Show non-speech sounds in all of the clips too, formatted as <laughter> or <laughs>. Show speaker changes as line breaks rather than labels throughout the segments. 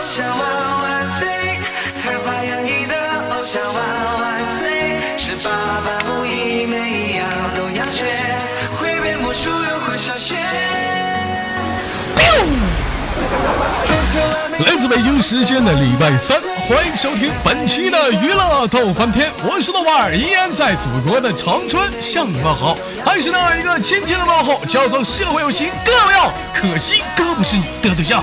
想万万岁，才华洋溢的偶像万万岁，十八般武艺每一样都要学，会变魔术又会上学。
来自北京时间的礼拜三，欢迎收听本期的娱乐逗翻天，我是豆瓣儿，依然在祖国的长春向你们好，还是那样一个亲切的问候，叫做社会有情哥有样，可惜哥不是你的对象。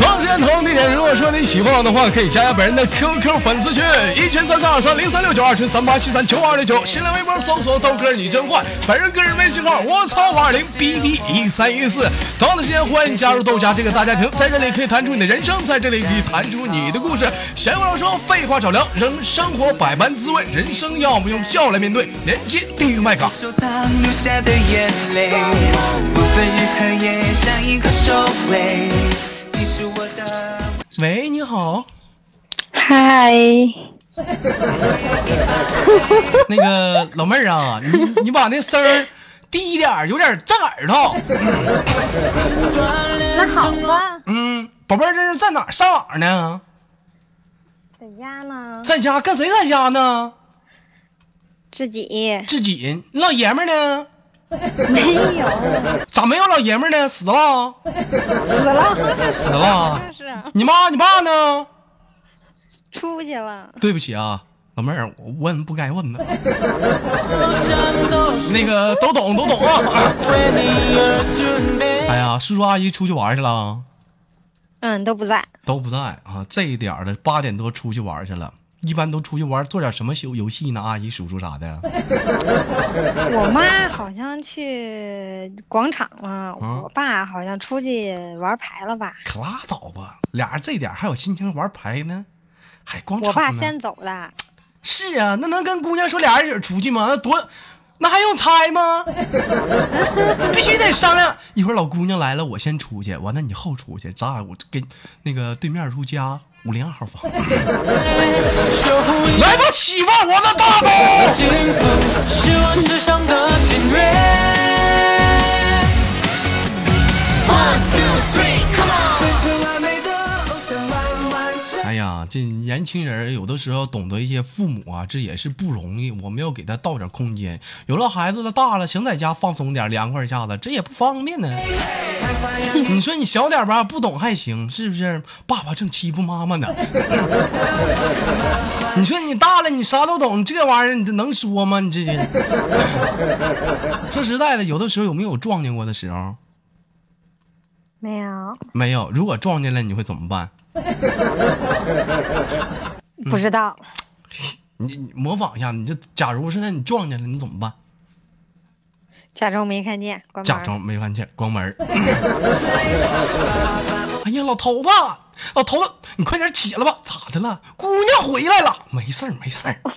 同时间同地点，如果说你喜欢我的话，可以加下本人的 QQ 粉丝群，一群三三二三零三六九，二群三八七三九二六九，新浪微博搜索豆哥你真坏，本人个人微信号我操五二零 bb 一三一四。同样的时间，欢迎加入豆家这个大家庭，在这里可以谈出你的人生，在这里可以谈出你的故事。闲话少说，废话少聊，人生活百般滋味，人生要么用笑来面对，人间地狱麦糠。
收藏留下的眼泪，不分日和夜，像一颗手雷。你是我的。
喂，你好，
嗨，
那个老妹儿啊，你你把那声儿低一点儿，有点炸耳朵。
那好啊吧，
嗯，宝贝儿，这是在哪儿上网呢？
在家呢，
在家跟谁在家呢？
自己
自己，你老爷们儿呢？
没有
咋没有老爷们儿呢？死了？
死了，啊
死了？
就是
你妈你爸呢？
出去了，
对不起啊，老妹儿，我问不该问的。那个都懂都懂啊。 <laughs> 哎呀，叔叔阿姨出去玩去了，啊
嗯，都不在，
都不在啊。这一点儿的八点多出去玩去了，一般都出去玩做点什么游游戏呢？阿姨叔叔啥的。
我妈好像去广场了，
嗯
我爸好像出去玩牌了吧，
可拉倒吧，俩人这点儿还有心情玩牌呢？还光
我
场
爸
呢
先走的，
是啊，那能跟姑娘说俩人一起出去吗？那多，那还用猜吗？必须得商量。一会儿老姑娘来了，我先出去，完了你后出去，咱俩我就跟那个对面如家五零二号房。来吧，媳妇儿，我的大刀。
幸福是我吃上的心愿。One two three, come on！追求完美的偶像万万岁。
哎呀，这年轻人有的时候懂得一些父母啊，这也是不容易。我们要给他倒点空间。有了孩子了，大了，想在家放松点，凉快一下子，这也不方便呢。你说你小点吧，不懂还行，是不是？爸爸正欺负妈妈呢。 <laughs> 你说你大了，你啥都懂，这玩意儿你这能说吗？你这这， <laughs> 说实在的，有的时候有没有撞见过的时候？
没有，
没有。如果撞见了，你会怎么办？嗯
不知道，
你你模仿一下，你这假如现在你撞见了，你怎么办？
假装没看见，关
假
门儿，
装没看见，关门儿。 <laughs> 哎呀，老头子，老头子，你快点起来吧！咋的了？姑娘回来了，没事儿，没事儿，
我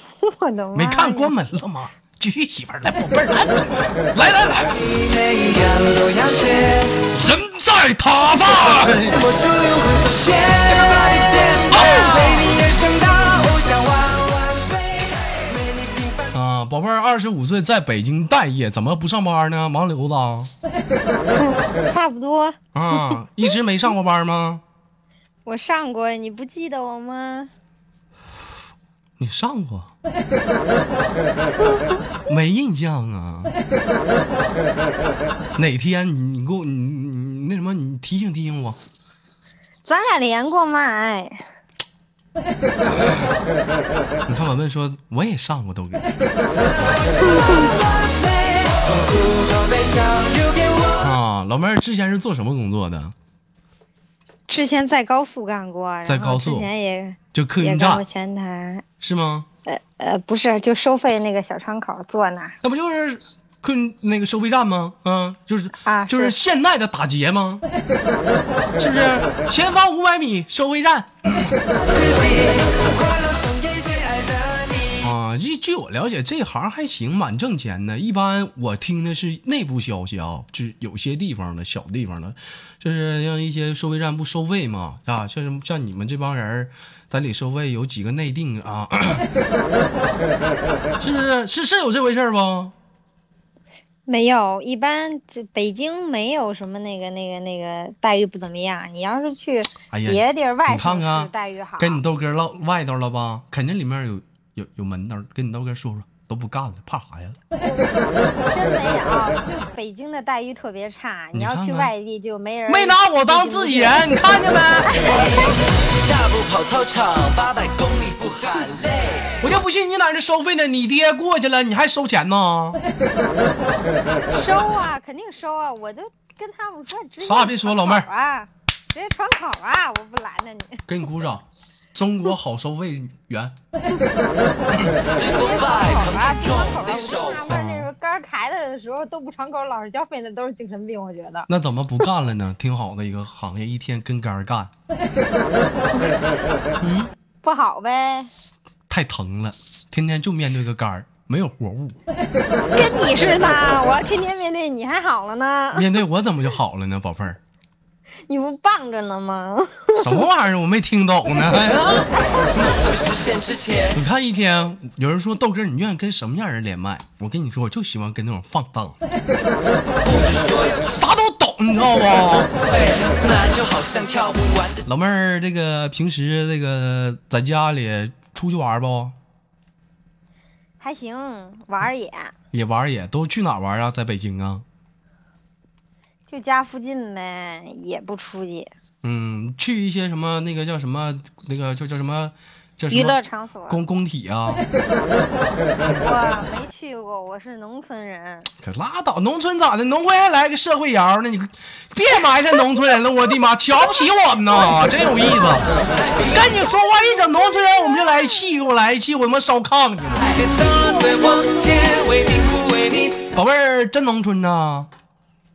的妈呀，
没看关门了吗？继续，媳妇儿，来，宝贝儿，来，来来来，
每一样都要学，
人在塔在。
魔术又会说学。Everybody dance now，为你而生的偶像万万岁。为你平凡
啊，宝贝儿，二十五岁，在北京待业，怎么不上班呢？盲流子啊
差不多，
啊，一直没上过班吗？
我上过，你不记得我吗？
你上过？没印象啊。哪天你你给我你你你那什么你提醒提醒我，
咱俩连过麦，哎
你看文文说我也上过豆哥
万岁，痛苦和悲伤留给我。
啊，老妹儿之前是做什么工作的？
之前在高速干过，然
在
后
高
之
速
前也
就客
也
运
干过
站
前台，
是吗？
呃呃，不是，就收费那个小窗口坐那儿，
那不就是客运那个收费站吗？嗯，就是
啊
就是
是
现代的打劫吗？是不是？前方五百米收费站。
自己快乐送给最爱的你。
啊，据据我了解，这行还行，蛮挣钱的。一般我听的是内部消息啊，就是有些地方的小地方的，就是像一些收费站不收费嘛，啊，像什么像你们这帮人儿在里收费，有几个内定啊， <coughs> 是不是？是是有这回事儿不？
没有，一般这北京没有什么那个那个那个待遇不怎么样。你要是去
哎呀
别的地儿外
你看
省
看
市待遇好，
跟你豆哥唠外头了吧？肯定里面有有有门道，跟你豆哥说说，都不干了，怕啥呀？
真没有。就北京的待遇特别差，
你
你要
看
去
看
外地就没人。
没拿我当自己人，你看见没？ <laughs>
大步跑操场，八百公里不喊累。
我就不信你在这收费呢，你爹过去了，你还收钱
<laughs>
呢？
收啊，肯定收啊！我都跟他们说直接
啥也别说老妹儿
窗口啊，直接窗口啊，我不拦着你。
给你鼓掌，中国好收费员。
随
窗口
风摆，
啊，
扛
不
出
窗
重
口啊，
的
我
手
就。纳闷，那时候杆儿抬的时候都不窗口，老实交费，那都是精神病，我觉得。
那怎么不干了呢？挺好的一个行业，一天跟杆儿干，
不好呗，
太疼了，天天就面对个杆儿，没有活物。
跟你似的，我要天天面对你还好了呢，
面对我怎么就好了呢，宝贝儿？
你不棒着呢吗？
什么玩意儿？我没听懂呢。 <laughs> 哎呀
去实现之前，
你看一天，有人说豆哥，你愿意跟什么样人连麦？我跟你说，我就喜欢跟那种放荡的，
不止说要吃
啥都懂，你知道不？
亏，那就好像跳不完的。
<laughs> 老妹儿，这个平时这个在家里出去玩儿不？
还行，玩儿也
也玩儿也都去哪儿玩儿啊？在北京啊？
就家附近呗，也不出去，
嗯，去一些什么那个叫什么那个叫叫什么叫什么
娱乐场所
工工体啊？
我没去过，我是农村人，
可拉倒，农村咋的？农会还来个社会摇呢？你别埋汰农村人了，我的妈，瞧不起我们呢，真有意思。跟你说话一整农村人，我们就来气，给我来气，我他妈烧炕去了。
跌倒了再往前，为你哭，为你
宝贝儿，真农村呐、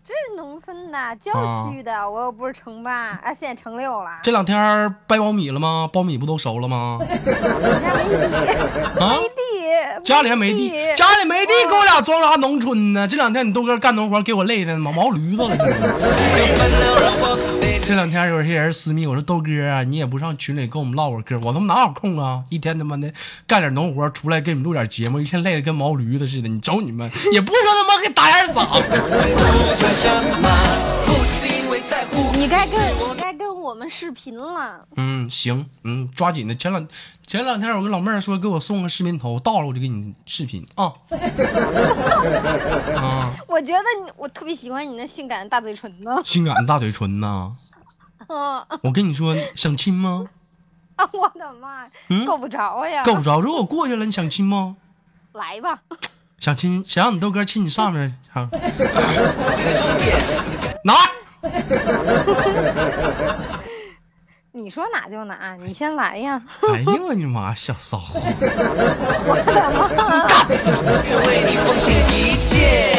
这是农村的郊区的，我又不是城八啊，现在城六了，
这两天儿掰苞米了吗？苞米不都熟了吗？
我家没地，
啊，
地
家里还没地，家里没地，给我俩装啥农村呢？这两天你豆哥干农活，给我累的毛毛驴子了，真的。
有烦恼让我得
这两天有些人私密，我说豆哥啊，你也不上群里跟我们唠会儿嗑，我他妈哪有空啊？一天他妈的干点农活，出来给你们录点节目，一天累得跟毛驴子似的。你瞅你们，也不是说他妈给打眼嗓。
哭，算什么？付出是因为在乎。
你该跟你该跟我们视频了，
<laughs> 嗯，行，嗯，抓紧的。前两前两天有个老妹儿说给我送个视频头，到了我就给你视频啊。 <laughs> 啊，
我觉得你我特别喜欢你那性感的大嘴唇呢， <laughs>
性感的大嘴唇呐、
啊，
我跟你说，想亲吗？
我的妈呀
嗯，
<laughs> 够不着呀，
够不着。如果过去了，你想亲吗？
来吧，
想亲，想让你豆哥亲你上面啊？
这个重点，
拿。
你说哪就哪，你先来呀，
哎呦我的妈，小骚货！
我的妈，
愿为你奉献一切。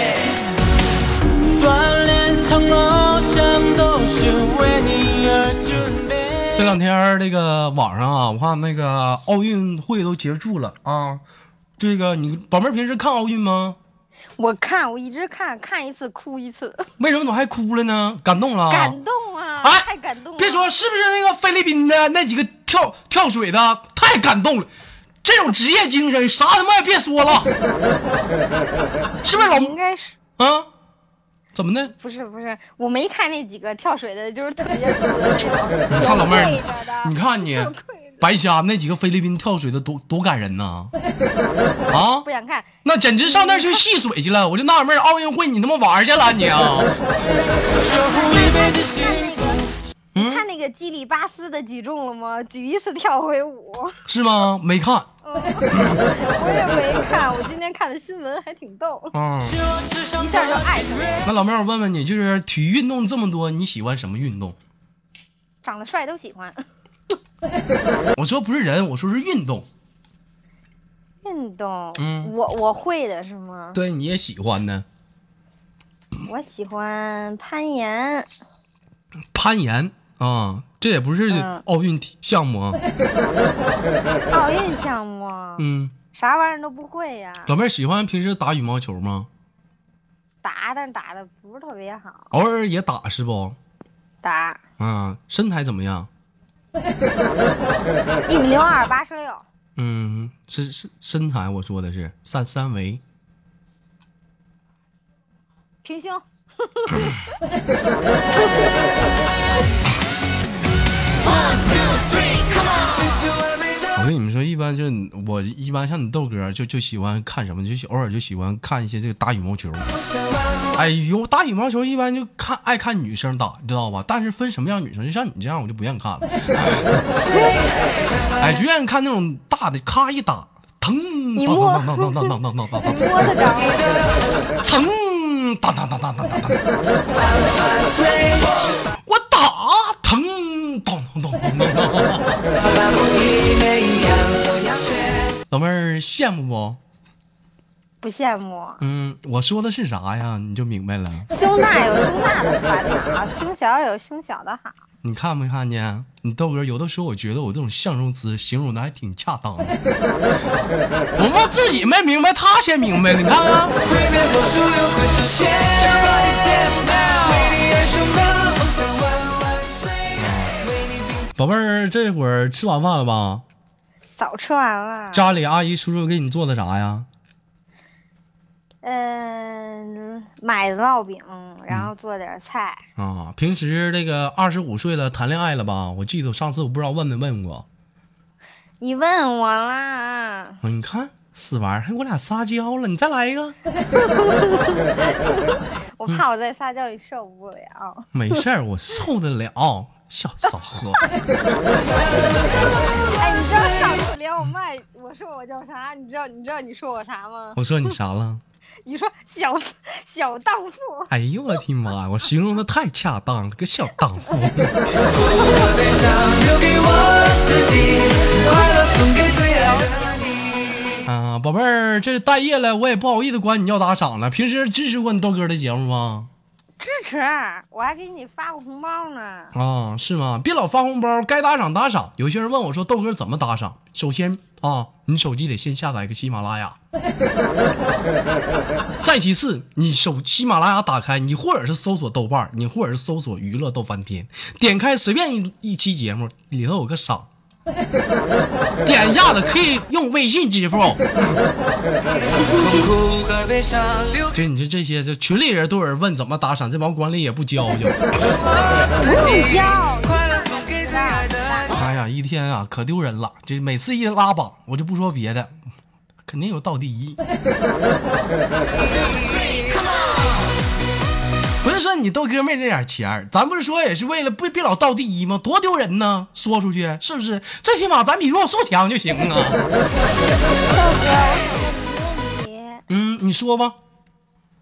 锻炼从梦想都是为你而准备。
这两天儿那个网上啊，我看那个奥运会都结束了啊。这个你宝妹儿平时看奥运吗？
我看我一直看看一次哭一次，
为什么怎么还哭了呢？感动了？
感动啊，
哦哎
太感动了，
别说是不是那个菲律宾的那几个跳跳水的，太感动了。这种职业精神，啥他妈也别说
<laughs>
了，是不是老
应该是。
啊？怎么的？
不是不是，我没看那几个跳水的，就是
<laughs>
特别死的那种。
你看老妹
有跪着
儿，
的
你看你
有跪着的
白瞎那几个菲律宾跳水的多多感人呐！啊
不，想看，
那简直上那儿去戏水去了！我就纳闷儿，奥运会你他妈玩儿去了你啊？ <laughs>
一辈子幸福。
你看那个基里巴斯的举重了吗？举一次跳回舞。
是吗？没看，
嗯， <laughs> 我也没看，我今天看的新闻还挺逗，
嗯。
一下就爱上了。
那老妹儿，我问问你，就是体育运动这么多，你喜欢什么运动？
长得帅都喜欢。
我说不是人，我说是运动。
运动，
嗯
我我会的是吗？
对，你也喜欢呢？
我喜欢
<laughs>
攀岩，
攀岩啊、这也不是
嗯
奥运体项目啊。
奥运项目，
嗯，
啥玩意儿都不会呀、
老妹儿喜欢平时打羽毛球吗？
打但打的不是特别好，
偶尔也打是不？
打
啊，身材怎么样？
一米零二八十六，
嗯，是是身材，我说的是三三围。
平胸。
我跟你们说，一般就是我一般像你豆哥就就喜欢看什么，就喜偶尔就喜欢看一些这个打羽毛球。哎呦，打羽毛球一般就看爱看女生打，你知道吧？但是分什么样女生，就像你这样我就不愿意
<laughs>
看了。哎，就愿意看那种大的，咔一打，疼，
你
当
摸
当当当当当当当当当，
摸得着吗？
疼，当当当当当当当，我打疼，当当当当当当。老妹儿羡慕不？
不羡慕。
嗯，我说的是啥呀？你就明白了。
胸大有胸大的玩的好，胸小有胸小的好。
你看没看见？你豆哥有的时候，我觉得我这种相中词形容的还挺恰当的。我妈自己没明白，他先明白。你看看，宝贝儿，这会儿吃完饭了吧？
早吃完了。
家里阿姨叔叔给你做的啥呀？
嗯，买的烙饼，然后做点菜。
啊，平时这个二十五岁了，谈恋爱了吧？我记得我上次我不知道问没问过。
你问我啦，
啊你看死玩意儿，还给我俩撒娇了，你再来一个。
我怕我再撒娇你受不了。
没事儿，我受得了。小骚货，
哎，你知道上次连我麦我说我叫啥？你知道你知道你说我啥吗？
我说你啥了？
你说小小荡妇。
哎呦我的妈呀！我形容的太恰当了，个小荡妇。啊，宝贝儿，这待业了，我也不好意思管你要打赏了。平时支持过你豆哥的节目吗？
支持，我还给你发过红包呢。
啊，是吗？别老发红包，该打赏打赏。有些人问我说豆哥怎么打赏？首先啊，你手机得先下载个喜马拉雅，再其次，你手喜马拉雅打开，你或者是搜索豆瓣儿，你或者是搜索娱乐豆翻天，点开随便一一期节目里头有个赏。点一下子可以用微信支付，就你这这些，这群里人都有人问怎么打赏，这帮管理也不教教。哎呀，一天啊，可丢人了！这每次一拉榜，我就不说别的，肯定有倒第一。 <laughs> 不是说你豆哥没这点钱儿，咱不是说也是为了不别老倒第一吗？多丢人呢！说出去是不是？最起码咱比弱素强就行啊。 <laughs>
你
嗯，你说吧，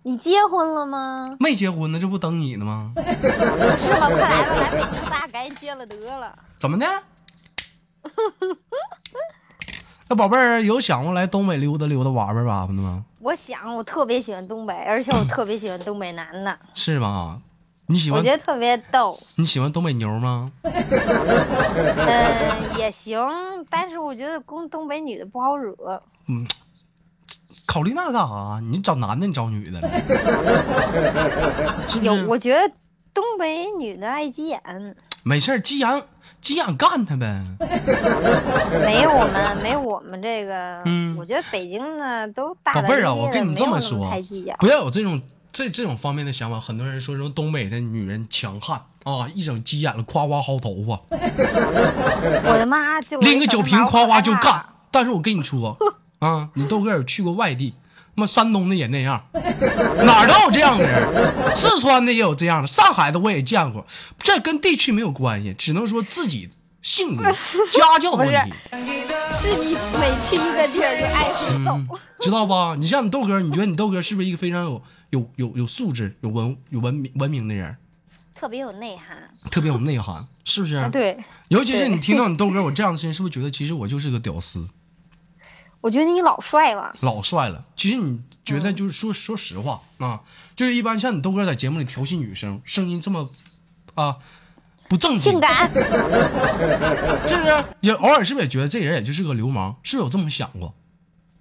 你结婚了吗？
没结婚呢，这不等你呢吗？
是吗？快来吧，来北京，咱俩赶紧结了得了。
怎么的？那宝贝儿有想过来东北溜达溜达玩玩吧的吗？
我想，我特别喜欢东北，而且我特别喜欢东北男的，
是吧？你喜
我
欢
觉得特别逗。
你喜欢东北牛吗？
嗯、也行，但是我觉得公东北女的不好惹。
考虑那干啥？你找男的，你找女的了，
<laughs>
是不
有，
是？
我觉得东北女的爱急眼，
没事儿，急眼急眼干他呗。
没有我
<laughs>
们，没有我们这个。
嗯
我觉得北京呢都大
宝
大
贝
咧咧
儿
的，
啊，我跟你这
没有
么
那
说
太计较，
不要有这种这这种方面的想法。很多人说什么东北的女人强悍啊，一整急眼了，夸夸薅头发，
我的妈！就我
拎个
一
酒
想
瓶
到
夸
我
夸就
害怕
干。但是我跟你
<laughs>
说啊，你豆哥有去过外地，他妈山东的也那样，哪儿都有这样的人，四川的也有这样的，上海的我也见过。这跟地区没有关系，只能说自己性
<laughs>
格、家教的
不是
问题。
是你每去一个地儿就爱会
嗯
揍，，
知道吧？你像你豆哥，你觉得你豆哥是不是一个非常有有有有素质、有文有文明文明的人，
特别有内涵。
特别有内涵，是不是？。
啊对，
尤其是
<laughs>
你
对
听到你豆哥我这样的声音，是不是觉得其实我就是个屌丝，
我觉得你老帅了。
老帅了？其实你觉得就是说、说实话啊，就是一般像你豆哥在节目里调戏女生，声音这么啊不正经
性，感，
是不是？也偶尔是不是也觉得这人也就是个流氓？是不是有这么想过？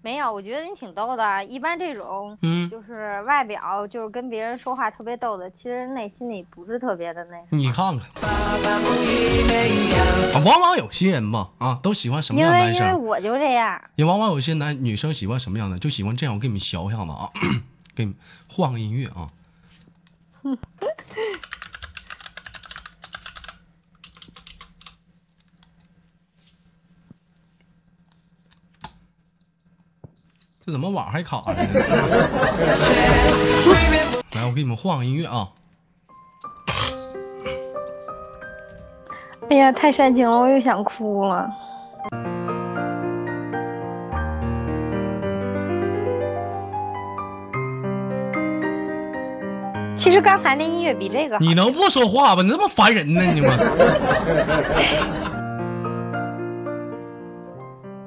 没有，我觉得你挺逗的。一般这种，
嗯
就是外表就是跟别人说话特别逗的，其实内心里不是特别的那。
你看看，啊往往有些人吧啊都喜欢什么
因
样的
为
男
因
生
为？我就这样，
也往往有些 <clears throat> 男女生喜欢什么样的，就喜欢这样。我给你们学一下子啊，给你们换个音乐啊，这怎么网还卡着呢？来，我给你们换个音乐啊。
哎呀，太煽情了，我又想哭了。其实刚才那音乐比这个好。
你能不说话吧？你这么烦人呢，你们。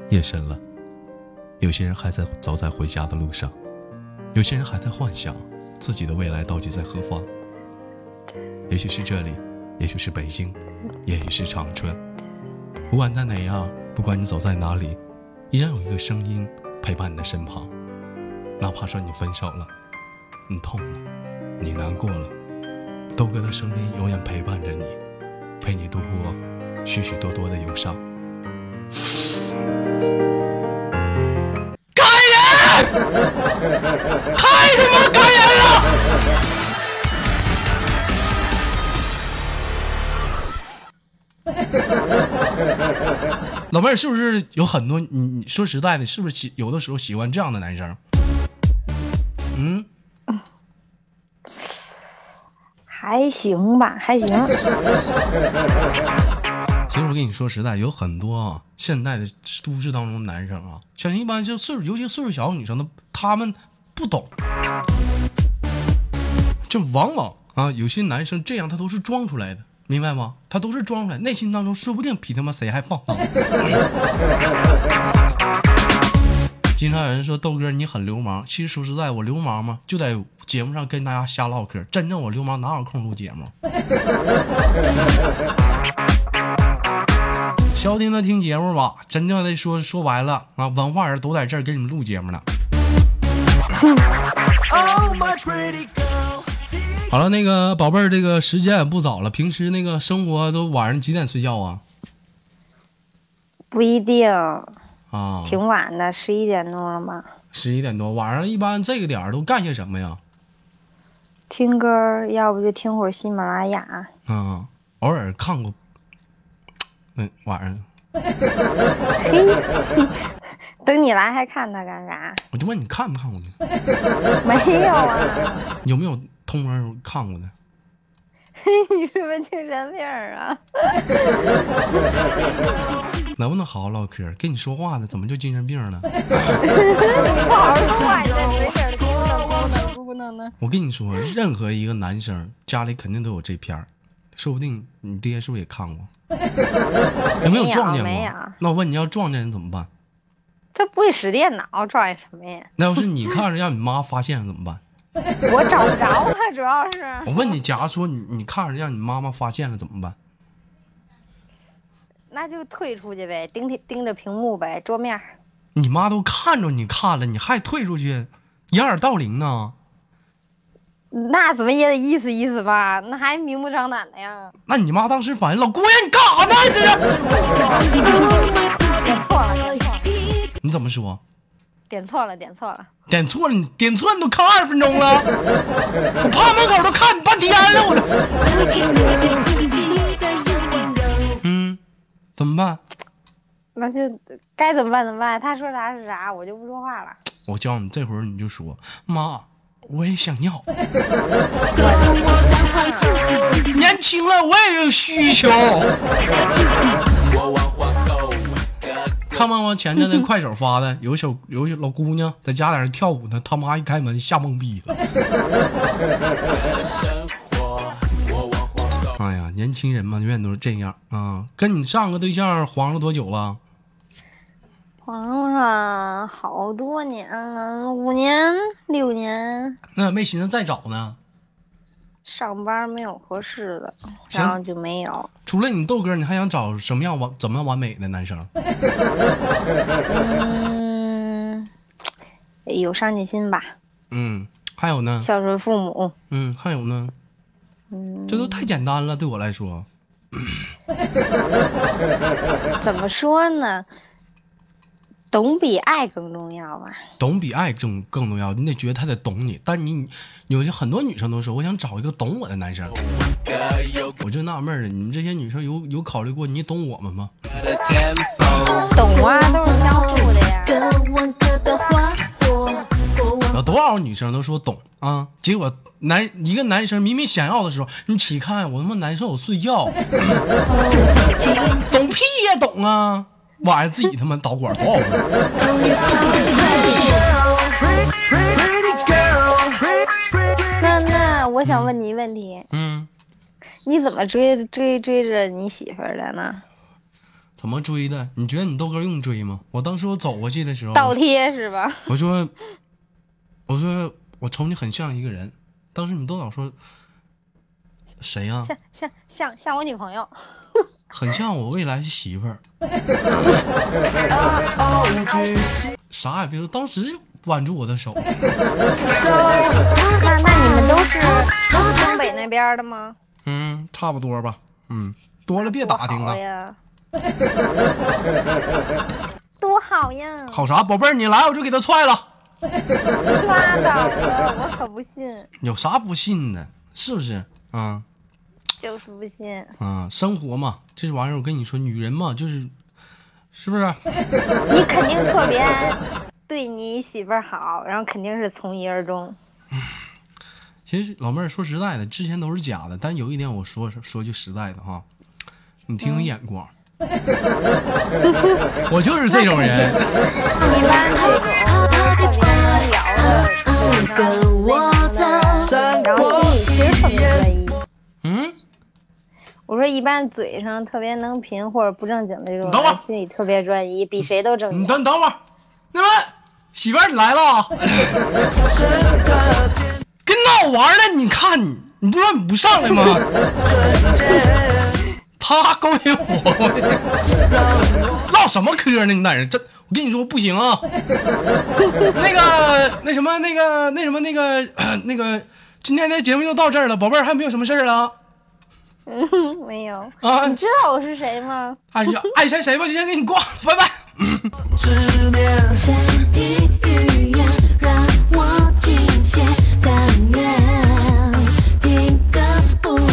夜深了，有些人还在走在回家的路上，有些人还在幻想自己的未来到底在何方。也许是这里，也许是北京，也许是长春。不管在哪样，不管你走在哪里，依然有一个声音陪伴你的身旁。哪怕说你分手了，你痛了，你难过了。豆哥的声音永远陪伴着你，陪你度过许许多多的忧伤。开人！太他妈开人了！老妹儿，是不是有很多？你你说实在的，是不是喜有的时候喜欢这样的男生？嗯，
还行吧，还行。
其实我跟你说实在，有很多啊，现在的都市当中的男生啊，像一般就岁数，尤其岁数小的女生，她她们不懂，就往往啊，有些男生这样他都是装出来的，明白吗？他都是装出来，内心当中说不定比他妈谁还放荡。经常有人说豆哥你很流氓，其实说实在，我流氓吗？就在节目上跟大家瞎唠嗑，真正我流氓哪有空录节目？消停的听节目吧，真正的说说白了啊，文化人都在这儿给你们录节目呢。好了，那个宝贝儿，这个时间也不早了，平时那个生活都晚上几点睡觉啊？
不一定，
啊，
挺晚的，十一点多了吧。
十一点多，晚上一般这个点儿都干些什么呀？
听歌儿，要不就听会儿喜马拉雅。
嗯，偶尔看过，嗯，晚上
<laughs> 等你来还看它干啥？
我就问你看没看过呢？
没有啊， <laughs>
有没有偷摸看过的？
你是不是精神病儿啊？
能不能好好唠嗑？跟你说话呢，怎么就精神病了？
不好好说话，你再使劲儿的咕囔咕囔咕囔呢。
我跟你说，任何一个男生家里肯定都有这片儿，说不定你爹是不是也看
<laughs>
过？有没有撞见
没有
过？那我问你要撞见人怎么办？
<laughs> 这不会使电脑，照应什么呀？
那要是你看着让你妈发现了怎么
<laughs>
办？
我找不着它，主要是
<laughs> 我问你，假如说你你看着让你妈妈发现了怎么办？
那就退出去呗，盯盯着屏幕呗，桌面儿。
你妈都看着你看了，你还退出去，掩耳盗铃呢？
那怎么也得意思意思吧？那还明目张胆的呀？
那你妈当时反应，老姑爷你干啥呢？你这是
点错了，点错了，
你怎么说？
点错了，点错了。
点错了，你点错你都看二十分钟了，我趴门口都看你半天了，我都。嗯，怎么办？
那就该怎么办怎么办？他说啥是啥，我就不说话了。
我教你，这会儿你就说妈，我也想要，年轻了我也有需求。 <laughs> 看没我前阵子快手发的，有小有小老姑娘在家在那跳舞呢，他妈一开门吓懵逼了。 <laughs> 哎呀，年轻人嘛，永远都是这样啊！跟你上个对象黄了多久了？
黄了好多年了，五年六年，
那没寻思再找呢？
上班没有合适的，
行
然后就没有。
除了你豆哥，你还想找什么样完怎么样完美的男生？
嗯，有上进心吧，
嗯，还有呢？
孝顺父母。
嗯，还有呢？
嗯，
这都太简单了，对我来说。
怎么说呢？懂比爱更重要吧？
懂比爱更更重要，你得觉得他得懂你。但你有些很多女生都说，我想找一个懂我的男生。我就纳闷了，你们这些女生有有考虑过你懂我们吗？
懂啊，都是相互的呀。
各玩各的花火。
有多少女生都说懂啊，结果男一个男生明明想要的时候，你起看我他妈难受，我睡觉， <laughs> 懂屁也懂啊，晚上自己他妈导管多少回？
那那我想问你一个问题，
嗯，
你怎么追追追着你媳妇儿的呢？
怎么追的？你觉得你豆哥用追吗？我当时我走过去的时候，
倒贴是吧？
我说，我说我瞅你很像一个人，当时你豆导说谁呀、
像像像像我女朋友，
很像我未来媳妇儿。啥也别说，当时就挽住我的手，
那那 <laughs> 你们都是都是东北那边儿的吗？
嗯，差不多吧，嗯，多了别打听啊
好
了。
呀，多好呀！
好啥，宝贝儿，你来我就给他踹了，
拉倒吧，我可不信，
有啥不信的？是不是？啊、
就是不信。
啊、生活嘛，这玩意儿我跟你说，女人嘛，就是，是不是？
你肯定特别对你媳妇儿好，然后肯定是从一而终。
其实老妹儿说实在的，之前都是假的，但有一点我说说句实在的哈，你挺有眼光， <laughs> 我就是这种人。 <laughs>
一般这种特别能聊的，
各我的
然后心里其实特别在意。
嗯，
我说一般嘴上特别能贫或者不正经的这种
等会儿
人，心里特别专一，比谁都正
你
经。
等等会儿，那么媳妇儿你来了啊，跟闹玩儿呢？你看你，你不说你不上来吗？ <laughs> 他勾引我，唠什么嗑呢？你在这这，我跟你说不行啊。那个那什么那个那什么那个、呃那个，今天的节目就到这儿了，宝贝儿还有没有什么事儿了
没有，
啊？
你知道我是谁吗？
还是爱谁谁吧，今天给你挂了，拜拜。
身体语言让我倾斜，但愿定格不变。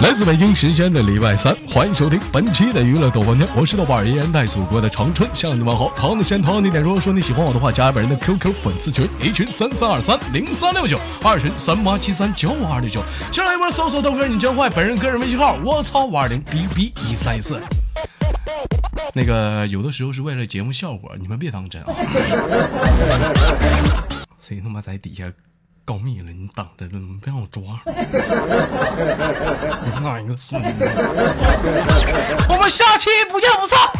来自北京时间的礼拜三，欢迎收听本期的娱乐豆瓣天，我是豆瓣儿，依然在祖国的长春向你问好。同样的时间，同样的地点，如果说你喜欢我的话，加本人的 QQ 粉丝群，一群三三二三零三六九，二群三八七三九五二六九，新浪微博搜索豆哥你真坏，本人个人微信号我操五二零 bb 一三一四。那个有的时候是为了节目效果，你们别当真啊。 <laughs> 谁他妈在底下告密了？你等着了，你别让我 <laughs> 抓。那一个孙子！我们下期不见不散。